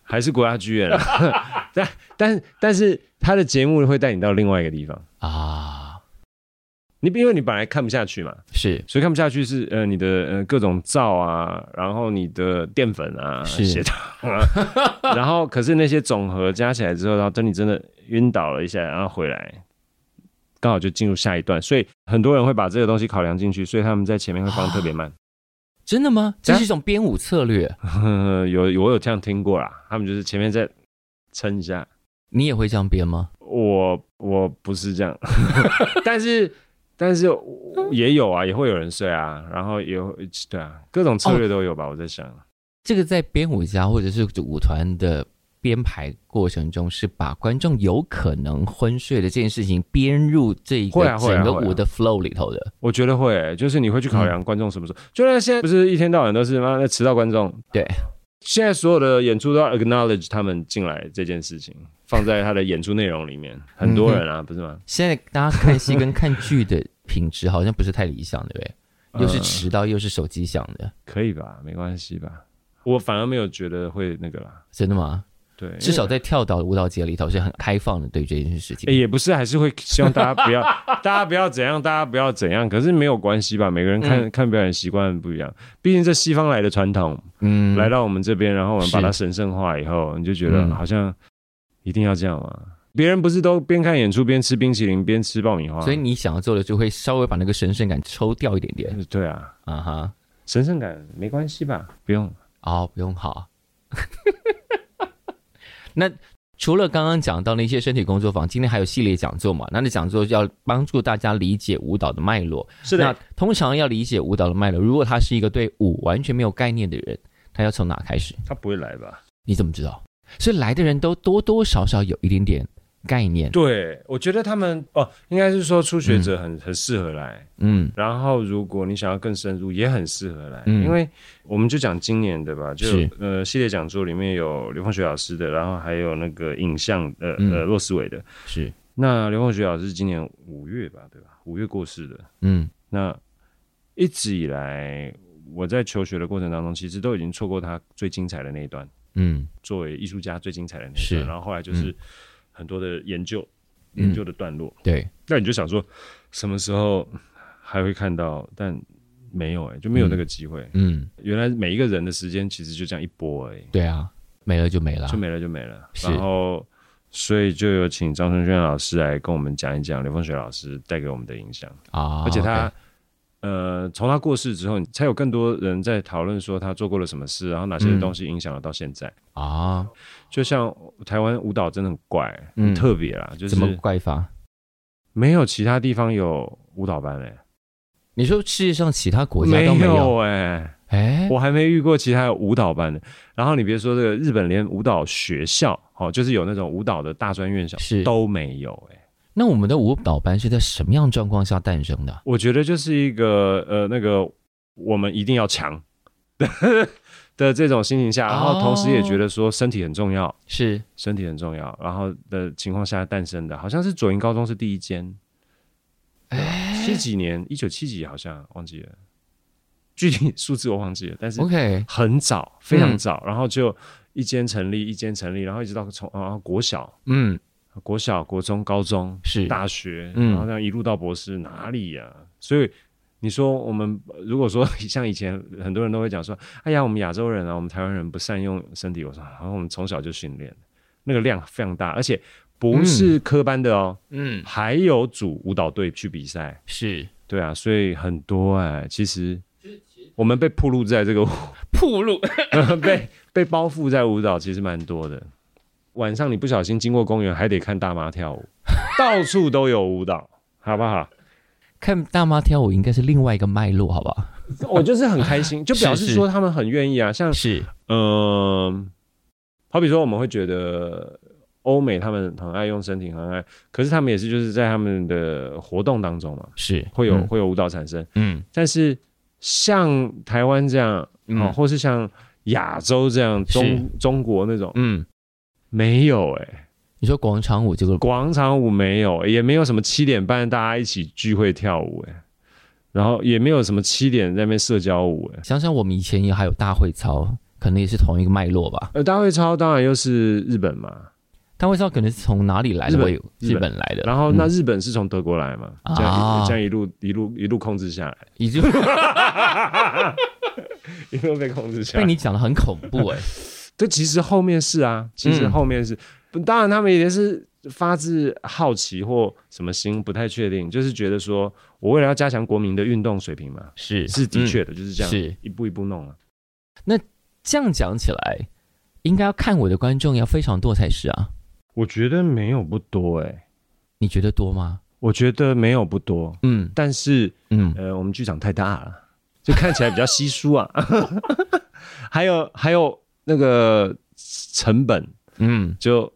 B: 还是国家剧院啊，但但但是他的节目会带你到另外一个地方，
A: 啊，
B: 你因为你本来看不下去嘛，
A: 是
B: 所以看不下去是呃你的呃各种皂啊，然后你的淀粉啊、
A: 是
B: 血糖啊， 然后可是那些总和加起来之后，然后等你真的晕倒了一下，然后回来，刚好就进入下一段，所以很多人会把这个东西考量进去，所以他们在前面会放特别慢。
A: 真的吗？这是一种编舞策略，
B: 有我有这样听过啦，他们就是前面再撑一下，
A: 你也会这样编吗？
B: 我我不是这样， 但是。但是也有啊，也会有人睡啊，然后也会对啊，各种策略都有吧。我在想，
A: 这个在编舞家或者是舞团的编排过程中，是把观众有可能昏睡的这件事情编入这
B: 会
A: 个
B: 啊会
A: 整
B: 啊
A: 个
B: 会啊啊
A: 舞的 flow 里头的。
B: 我觉得会、就是你会去
A: 嗯
B: 考量观众什么时候。就像现在不是一天到晚都是妈的迟到观众，
A: 对，
B: 现在所有的演出都要 acknowledge 他们进来这件事情，放在他的演出内容里面。很多人啊，不是吗？
A: 现在大家看戏跟看剧的品质好像不是太理想，对不对？又是
B: 嗯
A: 迟到，又是手机响的，
B: 可以吧？没关系吧？我反而没有觉得会那个啦。
A: 真的吗？
B: 对，
A: 至少
B: 因为。
A: 在跳岛的舞蹈节里头是很开放的，对这件事情
B: 诶。欸也不是，还是会希望大家不要， 大家不要怎样，大家不要怎样。可是没有关系吧，每个人看、看表演习惯不一样。毕竟这西方来的传统，
A: 嗯，
B: 来到我们这边，然后我们
A: 是
B: 把它神圣化以后，你就觉得
A: 嗯
B: 好像一定要这样嘛？别人不是都边看演出边吃冰淇淋边吃爆米花？
A: 所以你想要做的就会稍微把那个神圣感抽掉一点点
B: 对啊，
A: 啊哈。
B: 神圣感没关系吧？不用。
A: 哦，不用好。 那除了刚刚讲到那些身体工作坊，今天还有系列讲座嘛？那那讲座要帮助大家理解舞蹈的脉络。
B: 是
A: 那，通常要理解舞蹈的脉络，如果他是一个对舞完全没有概念的人，他要从哪开始？
B: 他不会来吧？
A: 你怎么知道？所以来的人都多多少少有一点点概念。
B: 对，我觉得他们哦，应该是说初学者很、很适合来，
A: 嗯，
B: 然后如果你想要更深入，也很适合来，
A: 嗯
B: 因为我们就讲今年的吧，就是呃系列讲座里面有刘凤雪老师的，然后还有那个影像呃、
A: 嗯
B: 呃洛思伟的，
A: 是，
B: 那刘凤雪老师今年五月吧，对吧？五月过世的。
A: 嗯
B: 那一直以来，我在求学的过程当中，其实都已经错过他最精彩的那一段，
A: 嗯
B: 作为艺术家最精彩的那一
A: 是
B: 段。然后后来就是很多的研究、
A: 嗯
B: 研究的段落，
A: 对，
B: 那你就想说，什么时候还会看到？但没有哎、就没有那个机会。
A: 嗯，
B: 原来每一个人的时间其实就这样一波而已，
A: 对啊，没了就没了
B: 就。没了就没了。
A: 是
B: 然后。所以就有请张春轩老师来跟我们讲一讲刘凤雪老师带给我们的影响。
A: 啊，
B: 而且他
A: OK，
B: 呃，从他过世之后，才有更多人在讨论说他做过了什么事，然后哪些
A: 嗯
B: 东西影响了到现在。
A: 啊，
B: 就像台湾舞蹈真的很怪，
A: 嗯
B: 很特别啦，就
A: 怎么
B: 是
A: 怪法？
B: 没有其他地方有舞蹈班嘞、
A: 你说世界上其他国家
B: 没
A: 都没有？
B: 哎、
A: 哎，
B: 我还没遇过其他有舞蹈班的。然后你别说这个日本连舞蹈学校哦，就是有那种舞蹈的大专院校
A: 是
B: 都没有哎、
A: 那我们的舞蹈班是在什么样状况下诞生的？
B: 我觉得就是一个呃那个我们一定要强的这种心情下，然后同时也觉得说身体很重要，
A: 是
B: 身体很重要，然后的情况下诞生的，好像是左营高中是第一间，
A: 哎
B: 七几年，一九七几好像忘记了，具体数字我忘记了，但是
A: OK，
B: 很早，非常早，然后就一间成立，一间成立，然后一直到从然后国小、
A: 嗯，
B: 国小、国中、高中、
A: 是
B: 大学，
A: 嗯
B: 然后这样一路到博士，哪里呀、所以你说我们呃如果说 像以前很多人都会讲说，哎呀，我们亚洲人啊，我们台湾人不善用身体，我说，然后我们从小就训练，那个量非常大，而且不是科班的哦，
A: 嗯，
B: 还有组舞蹈队去比赛，
A: 是
B: 对啊，所以很多哎、其实我们被暴露在这个
A: 铺路，
B: 被被包覆在舞蹈其实蛮多的。晚上你不小心经过公园，还得看大妈跳舞，到处都有舞蹈，好不好？
A: 看大妈跳舞应该是另外一个脉络，好不好？
B: 我就是很开心，就 表
A: 是
B: 示
A: 是
B: 说他们很愿意啊。像
A: 是，
B: 嗯、好比说我们会觉得欧美他们很爱用身体，很爱，可是他们也是就是在他们的活动当中嘛，
A: 是
B: 会有、会有舞蹈产生。
A: 嗯
B: 但是像台湾这样，
A: 嗯
B: 哦，或是像亚洲这样中中国那种
A: 嗯，
B: 没有哎、
A: 你说广场舞这个
B: 广场舞没有，也没有什么七点半大家一起聚会跳舞、哎，然后也没有什么七点在那边社交舞、哎，
A: 想想我们以前也还有大会操，可能也是同一个脉络吧。
B: 呃，大会操当然又是日本嘛，
A: 大会操可能是从哪里来的？
B: 日本
A: 我也
B: 日
A: 日
B: 本
A: 本来的。
B: 然后那
A: 嗯
B: 日本是从德国来嘛，这样、
A: 啊
B: 这样一路一路一路控制下来，
A: 已经
B: 一路被控制下
A: 被
B: 来。
A: 你讲的很恐 怖哎。
B: 这其实后面是啊，其实
A: 嗯
B: 后面是，不当然他们也是发自好奇或什么心，不太确定，就是觉得说我为了要加强国民的运动水平嘛，
A: 是
B: 是的
A: 嗯
B: 确的，就是这样，
A: 是
B: 一步一步弄啊。
A: 这样讲起来，应该要看我的观众要非常多才是啊。
B: 我觉得没有不多哎、
A: 你觉得多吗？
B: 我觉得没有不多，
A: 嗯
B: 但是
A: 嗯，
B: 呃，我们剧场太大了，就看起来比较稀疏啊。 还有还有那个成本
A: 嗯，
B: 就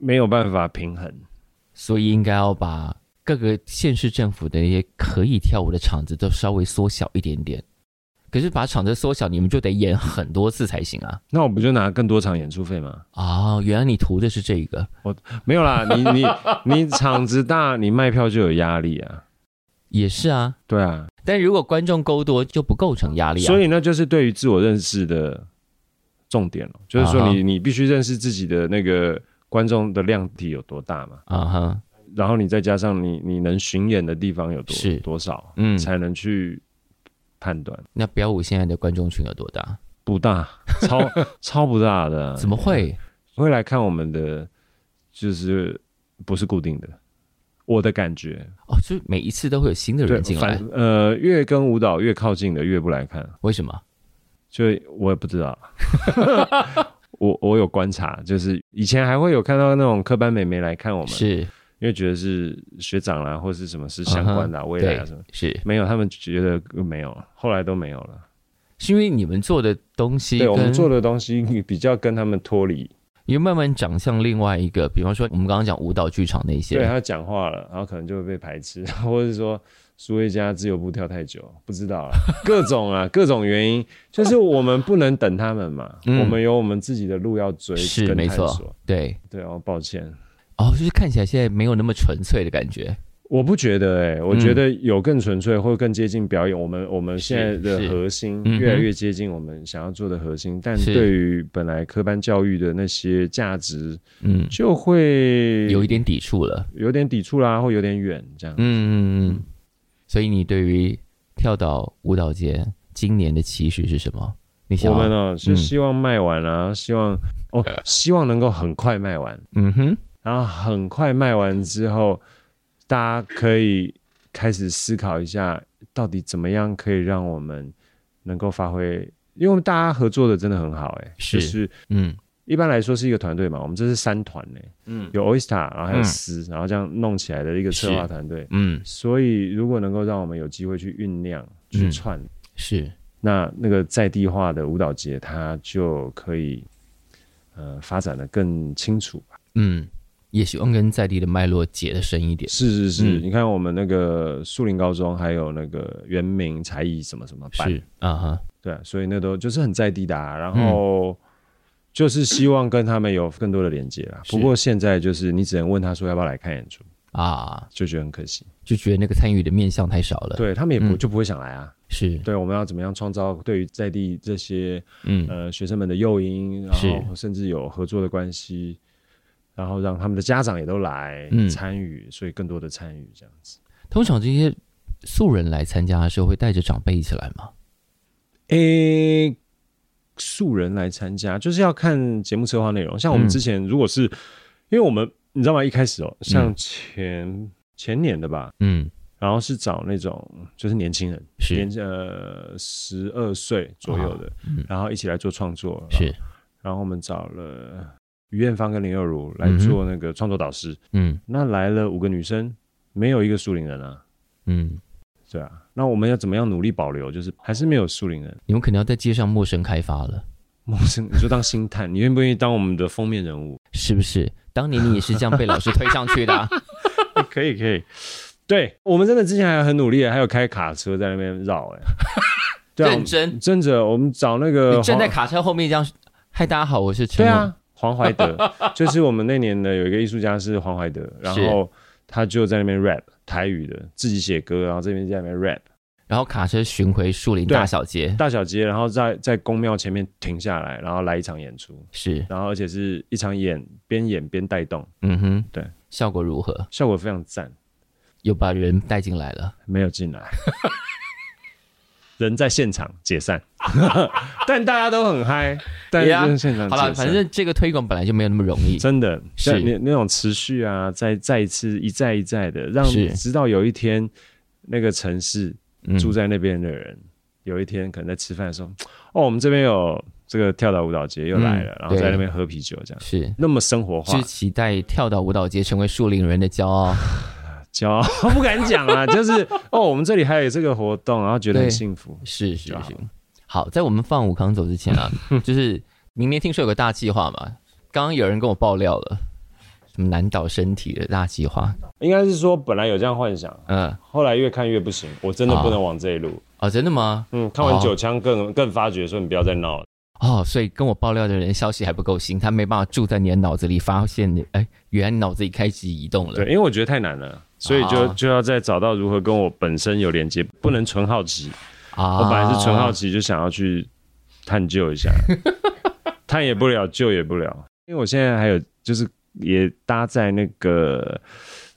B: 没有办法平衡，
A: 所以应该要把各个县市政府的一些可以跳舞的场子都稍微缩小一点点。可是把场子缩小，你们就得演很多次才行啊！
B: 那我不就拿更多场演出费吗？
A: 哦，原来你图的是这个，
B: 没有啦，你你你场子大，你卖票就有压力啊。
A: 也是啊。
B: 对啊，
A: 但如果观众够多，就不构成压力啊。
B: 所以那就是对于自我认识的重点了，就是
A: 啊
B: 说
A: 哈
B: 你你必须认识自己的那个观众的量体有多大嘛。
A: 啊哈，
B: 然后你再加上你你能巡演的地方有多
A: 是
B: 多少，
A: 嗯，
B: 才能去判断。
A: 那标舞现在的观众群有多大？
B: 不大，超超不大的，
A: 怎么会？
B: 会来看我们的？就是不是固定的，我的感觉。
A: 哦，就是每一次都会有新的人进
B: 反
A: 来，
B: 呃，越跟舞蹈越靠近的越不来看，
A: 为什么？
B: 就我也不 知道。我我有观察，就是以前还会有看到那种科班美眉来看我们，
A: 是
B: 因为觉得是学长啦，或是什么是相关的、啊未来啊
A: 对
B: 什么，
A: 是，
B: 没有，他们觉得呃没有，后来都没有了。
A: 是因为你们做的东西
B: 对我们
A: 跟
B: 做的东西比较跟他们脱离，
A: 也慢慢长向另外一个，比方说我们刚刚讲舞蹈剧场那些，
B: 对他啊讲话了，然后可能就会被排斥， 或者是说苏慧佳自由步跳太久，不知道啊， 各种啊，各种原因，就是我们不能等他们嘛，
A: 嗯
B: 我们有我们自己的路要追，
A: 是
B: 跟
A: 没
B: 探
A: 错
B: 索。
A: 对
B: 对哦，抱歉，
A: 哦，就是看起来现在没有那么纯粹的感觉，
B: 我不觉得哎、
A: 嗯
B: 我觉得有更纯粹或更接近表演，我们我们现在的
A: 是
B: 核心
A: 嗯哼
B: 越来越接近我们想要做的核心，但
A: 是
B: 对于本来科班教育的那些价值，
A: 嗯，
B: 就会
A: 有一点抵触了，
B: 有点抵触啦，或有点远这样。
A: 嗯嗯嗯，所以你对于跳岛舞蹈节今年的期许是什么？你想要
B: 我们呢、
A: 嗯
B: 是
A: 啊
B: 希望卖完啊，希望哦，希望能够很快卖完，
A: 嗯哼，
B: 然后很快卖完之后，大家可以开始思考一下，到底怎么样可以让我们能够发挥，因为大家合作的真的很好、欸，哎，
A: 是
B: 就是
A: 嗯
B: 一般来说是一个团队嘛，我们这是三团呢、
A: 嗯
B: 有 Oyster，然后还有
A: 嗯
B: 思、然后这样弄起来的一个策划
A: 是
B: 团队，
A: 嗯，
B: 所以如果能够让我们有机会去酝酿、去
A: 嗯
B: 串
A: 是
B: 那那个在地化的舞蹈节，它就可以呃发展的更清楚吧。
A: 嗯，也希望跟在地的脉络结得深一点。
B: 是是是，
A: 嗯
B: 你看我们那个树林高中，还有那个原民才艺什么什么班，
A: 是啊哈，
B: 对啊、所以那都就是很在地的、啊，然后。就是希望跟他们有更多的连接啦。
A: 是
B: 不过现在就是你只能问他说要不要来看演出，
A: 啊，
B: 就觉得很可惜。
A: 就觉得那个参与的面向太少了。，
B: 对他们也不、
A: 嗯
B: 就不会想来啊。
A: 是，
B: 对，我们要怎么样创造对于在地这些
A: 嗯，
B: 呃学生们的诱因，
A: 是
B: 然后甚至有合作的关系，然后让他们的家长也都来
A: 嗯
B: 参与，所以更多的参与这样子。
A: 通常这些素人来参加的时候，会带着长辈一起来吗？
B: 诶、素人来参加，就是要看节目策划内容。像我们
A: 嗯
B: 之前，如果是、因为我们你知道吗？一开始哦，像前、前年的吧，
A: 嗯，
B: 然后是找那种就是年轻人，
A: 是
B: 年呃十二岁左右的，
A: 嗯
B: 然后一起来做创作。然
A: 是
B: 后，，然后我们找了于艳芳跟林又如来
A: 嗯哼
B: 做那个创作导师。
A: 嗯
B: 那来了五个女生，没有一个树林人啊，
A: 嗯，
B: 对啊。那我们要怎么样努力保留？就是还是没有树林人。
A: 你们可能要在街上陌生开发了，
B: 陌生，你说当星探，你愿不愿意当我们的封面人物？
A: 是不是？当年你也是这样被老师推上去的啊、
B: 哎 可以，可以。对我们真的之前还很努力，还有开卡车在那边绕， 哎， 对啊，我
A: 认
B: 们
A: 真，
B: 真的，我们找那个
A: 你站在
B: 黄
A: 卡车后面这样，嗨，大家好，我是陈
B: 对
A: 梦，
B: 啊，黄怀德，就是我们那年的有一个艺术家是黄怀德，然后他就在那边 rap 台语的，自己写歌，然后这边在那边 rap
A: 然后卡车巡回树林
B: 对啊
A: 大小街，
B: 大小街，然后在在宫庙前面停下来，然后来一场演出，
A: 是，
B: 然后而且是一场演边演边带动，
A: 嗯哼，
B: 对，
A: 效果如何？
B: 效果非常赞。
A: 又把人带进来了，
B: 没有进来，人在现场解散， 但大家都很嗨，但
A: 哎呀
B: 是现场
A: 好了，
B: 解散
A: 反正这个推广本来就没有那么容易，
B: 真的
A: 是
B: 像你那种持续啊，再再一次一再一再的，让
A: 是
B: 直到有一天那个城市
A: 嗯
B: 住在那边的人，有一天可能在吃饭的时候，哦，我们这边有这个跳岛舞蹈节又来了，
A: 嗯
B: 然后在
A: 对
B: 那边喝啤酒这样。
A: 是。
B: 那么生活化
A: 是，期待跳到舞蹈节成为树林人的骄 傲，
B: 骄傲不敢讲啊，就是哦，我们这里还有这个活动，然后觉得
A: 对
B: 很幸福。
A: 是是
B: 就好
A: 是。好，在我们放武康走之 前啊，就是明年听说有个大计划嘛，刚刚有人跟我爆料了，什么南岛身体的大计划，
B: 应该是说本来有这样幻想，
A: 嗯、
B: 后来越看越不行，我真的不能往这一路。
A: 哦，真的吗？
B: 嗯，看完
A: 哦
B: 九枪更更发觉说你不要再闹了。
A: 哦，所以跟我爆料的人消息还不够新，他没办法住在你的脑子里，发现你哎，原来你脑子里开始移动了
B: 对，。因为我觉得太难了，所以就、
A: 啊
B: 就要再找到如何跟我本身有连接，不能纯好奇。
A: 啊
B: 我本来是纯好奇，就想要去探 究一下，探也不了，救也不了。因为我现在还有就是也搭在那个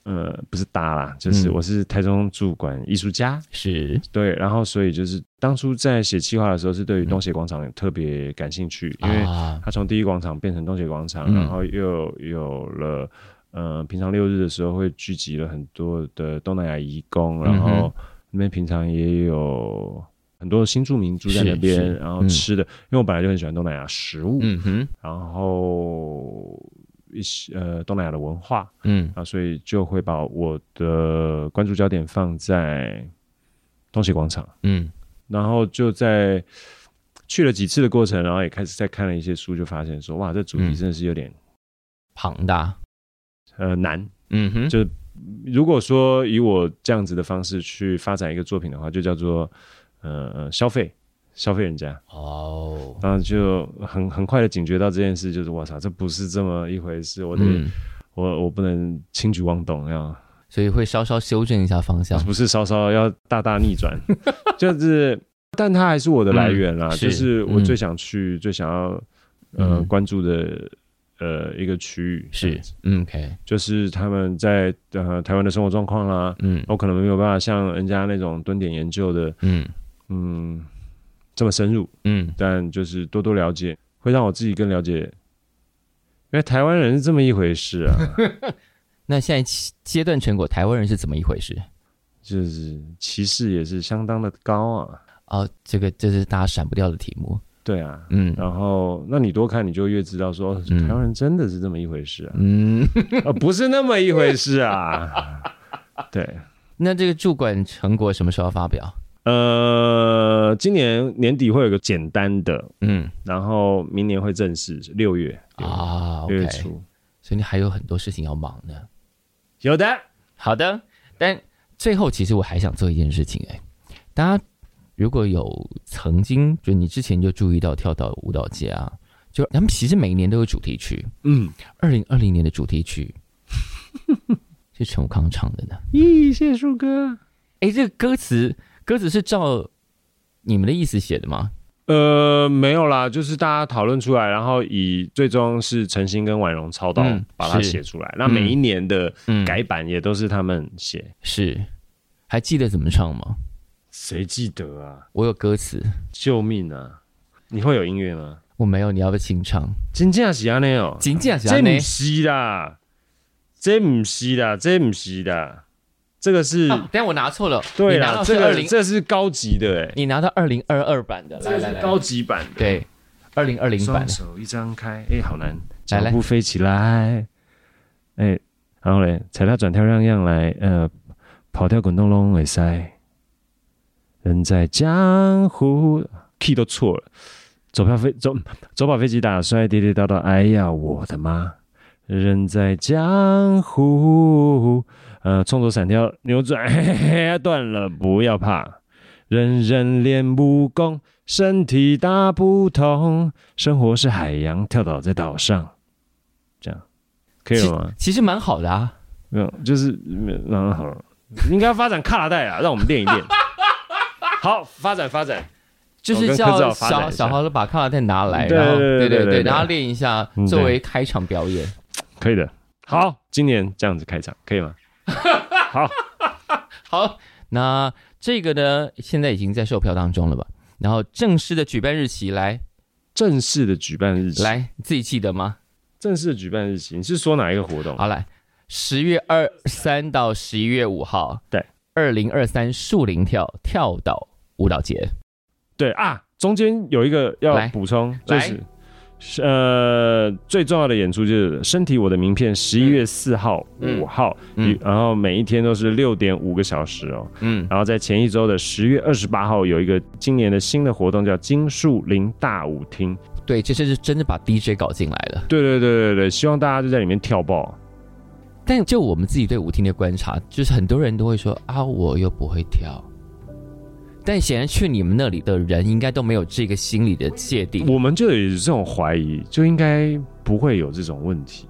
B: 呃，不是搭啦，就是
A: 嗯
B: 我是台中驻馆艺术家，
A: 是
B: 对，然后所以就是当初在写计划的时候，是对于
A: 嗯
B: 东协广场有特别感兴趣，因为
A: 啊，
B: 它从第一广场变成东协广场，
A: 嗯
B: 然后又有了呃，平常六日的时候会聚集了很多的东南亚移工，然
A: 嗯
B: 后那边平常也有很多新住民住在
A: 是
B: 那边，
A: 是
B: 然后吃的，因为我本来就很喜欢东南亚食物，
A: 嗯哼，
B: 然后一些呃东南亚的文化，
A: 嗯
B: 啊，所以就会把我的关注焦点放在东协广场，
A: 嗯，
B: 然后就在去了几次的过程，然后也开始在看了一些书，就发现说，哇，这主题
A: 嗯
B: 真的是有点、
A: 庞大，
B: 呃难。
A: 嗯哼，
B: 就如果说以我这样子的方式去发展一个作品的话，就叫做呃呃消费。消费人家，
A: 哦，
B: 然后就很很快的警觉到这件事，就是哇操，这不是这么一回事，我得、
A: 嗯，
B: 我我不能轻举妄动，要
A: 所以会稍稍修正一下方向。
B: 不是稍稍要大大逆 转，就是，但它还是我的来源啦，
A: 嗯是
B: 就是我
A: 嗯
B: 最想去、最想要呃、
A: 嗯
B: 关注的呃一个区域这
A: 是
B: 样子
A: 嗯，OK，
B: 就是他们在呃台湾的生活状况啦，
A: 嗯
B: 我可能没有办法像人家那种蹲点研究的，
A: 嗯
B: 嗯，这么深入，
A: 嗯，
B: 但就是多多了解，会让我自己更了解，原来台湾人是这么一回事 啊，
A: 那现在阶阶段成果，台湾人是怎么一回事？
B: 就是歧视也是相当的高啊，
A: 哦，这个这是大家闪不掉的题目。
B: 对啊，
A: 嗯
B: 然后，那你多看，你就越知道说，哦
A: 嗯
B: 台湾人真的是这么一回事啊，
A: 嗯，
B: 呃，不是那么一回事啊。对，
A: 那这个驻馆成果什么时候要发表？
B: 呃，今年年底会有个简单的，
A: 嗯
B: 然后明年会正式，六月
A: 啊
B: 六月
A: ，OK，
B: 初，
A: 所以你还有很多事情要忙呢。
B: 有的，
A: 好的，但最后其实我还想做一件事情、欸，哎，大家如果有曾经就你之前就注意到跳岛舞蹈节啊，就他们其实每一年都有主题曲，
B: 嗯，
A: 二零二零年的主题曲是陈武康唱的呢。
B: 咦，谢谢树哥。
A: 哎，这个歌词歌词是照你们的意思写的吗？
B: 呃，没有啦，就是大家讨论出来，然后以最终是陈星跟婉容操刀
A: 嗯
B: 把它
A: 是
B: 写出来。那每一年的
A: 嗯
B: 改版也都是他们写，
A: 是，还记得怎么唱吗？
B: 谁记得啊？
A: 我有歌词，
B: 救命啊！你会有音乐吗？
A: 我没有，你要不要清唱？
B: 真正是安尼哦，
A: 金价
B: 这不是啦，这不是啦，这不是啦，这个是、
A: 啊，但我拿错了，
B: 对
A: 你拿
B: 啦，
A: 到
B: 这
A: 是二
B: 个
A: 零，
B: 这是高级的哎、
A: 你拿到二零二二版的，来来来，
B: 高级版的。
A: 对，二零二零版
B: 双
A: 的，
B: 手一张开，哎、好难，脚
A: 来来
B: 步飞起来，哎、然后嘞，踩踏转跳让样来，呃，跑跳滚动龙尾塞，人在江湖，key 都错了，走票飞走走把飞机打摔，跌跌倒倒，哎呀，我的妈！人在江湖，呃，冲左闪跳扭转，嘿嘿嘿，断了，不要怕。人人练武功，身体大不同。生活是海洋，跳岛在岛上，这样可以了吗？
A: 其实蛮好的啊。
B: 没有，就是嗯好了，应该发展卡拉带啊，让我们练一练。好，发展发展，
A: 就
B: 我
A: 是
B: 跟柯
A: 叫
B: 照发展
A: 小
B: 一下
A: 小豪的把卡拉带拿来，
B: 对
A: 然后
B: 对对
A: 对
B: 对对
A: 然后练一下
B: 嗯对
A: 作为开场表演。
B: 可以的。好，今年这样子开场可以吗？好，
A: 好，那这个呢，现在已经在售票当中了吧？然后正式的举办日期来
B: 正式的举办日期，
A: 来，你自己记得吗？
B: 正式的举办日期，你是说哪一个活动？
A: 好来，十月二三到十一月五号，
B: 对，
A: 二零二三树林跳跳岛舞蹈节，
B: 对啊，中间有一个要
A: 来
B: 补充，就
A: 来
B: 是是呃最重要的演出就是《身体我的名片》，十一月四号、
A: 嗯
B: 五号，
A: 嗯
B: 然后每一天都是六点五个小时哦。
A: 嗯，
B: 然后在前一周的十月二十八号有一个今年的新的活动叫金树林大舞厅，
A: 对，这次是真的把 DJ 搞进来了。
B: 对对对对对，希望大家就在里面跳爆。啊
A: 但就我们自己对舞厅的观察，就是很多人都会说啊，我又不会跳。但显然去你们那里的人应该都没有这个心理的芥蒂。
B: 我们就有这种怀疑，就应该不会有这种问题，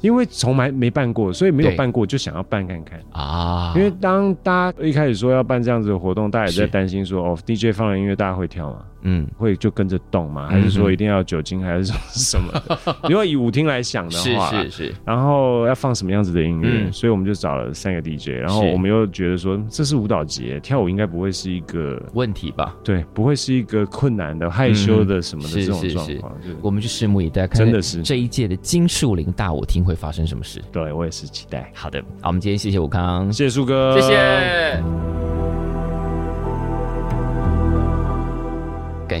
B: 因为从来没办过，所以没有
A: 对
B: 办过就想要办看看。
A: 啊，
B: 因为当大家一开始说要办这样子的活动，大家也在
A: 是
B: 担心说，哦，DJ 放了音乐，大家会跳吗？
A: 嗯
B: 会就跟着动吗？还是
A: 嗯
B: 说
A: 哼
B: 一定要有酒精，还是说什么 的？如果以舞厅来想的
A: 是
B: 话，
A: 是是，
B: 然后要放什么样子的音乐，
A: 嗯
B: 所以我们就找了三个 DJ，然后
A: 是
B: 我们又觉得说，这是舞蹈节，跳舞应该不会是一个
A: 问题吧？
B: 对，不会是一个困难的、害羞的什么的
A: 是
B: 这种
A: 是
B: 状
A: 是
B: 况，就是
A: 我们就拭目以待，看
B: 真
A: 看
B: 的是
A: 这一届的金树林大舞厅会发生什么事。
B: 对我也是期待。
A: 好的，好，我们今天谢谢武康，
B: 谢谢树
A: 谢
B: 哥，
A: 谢。感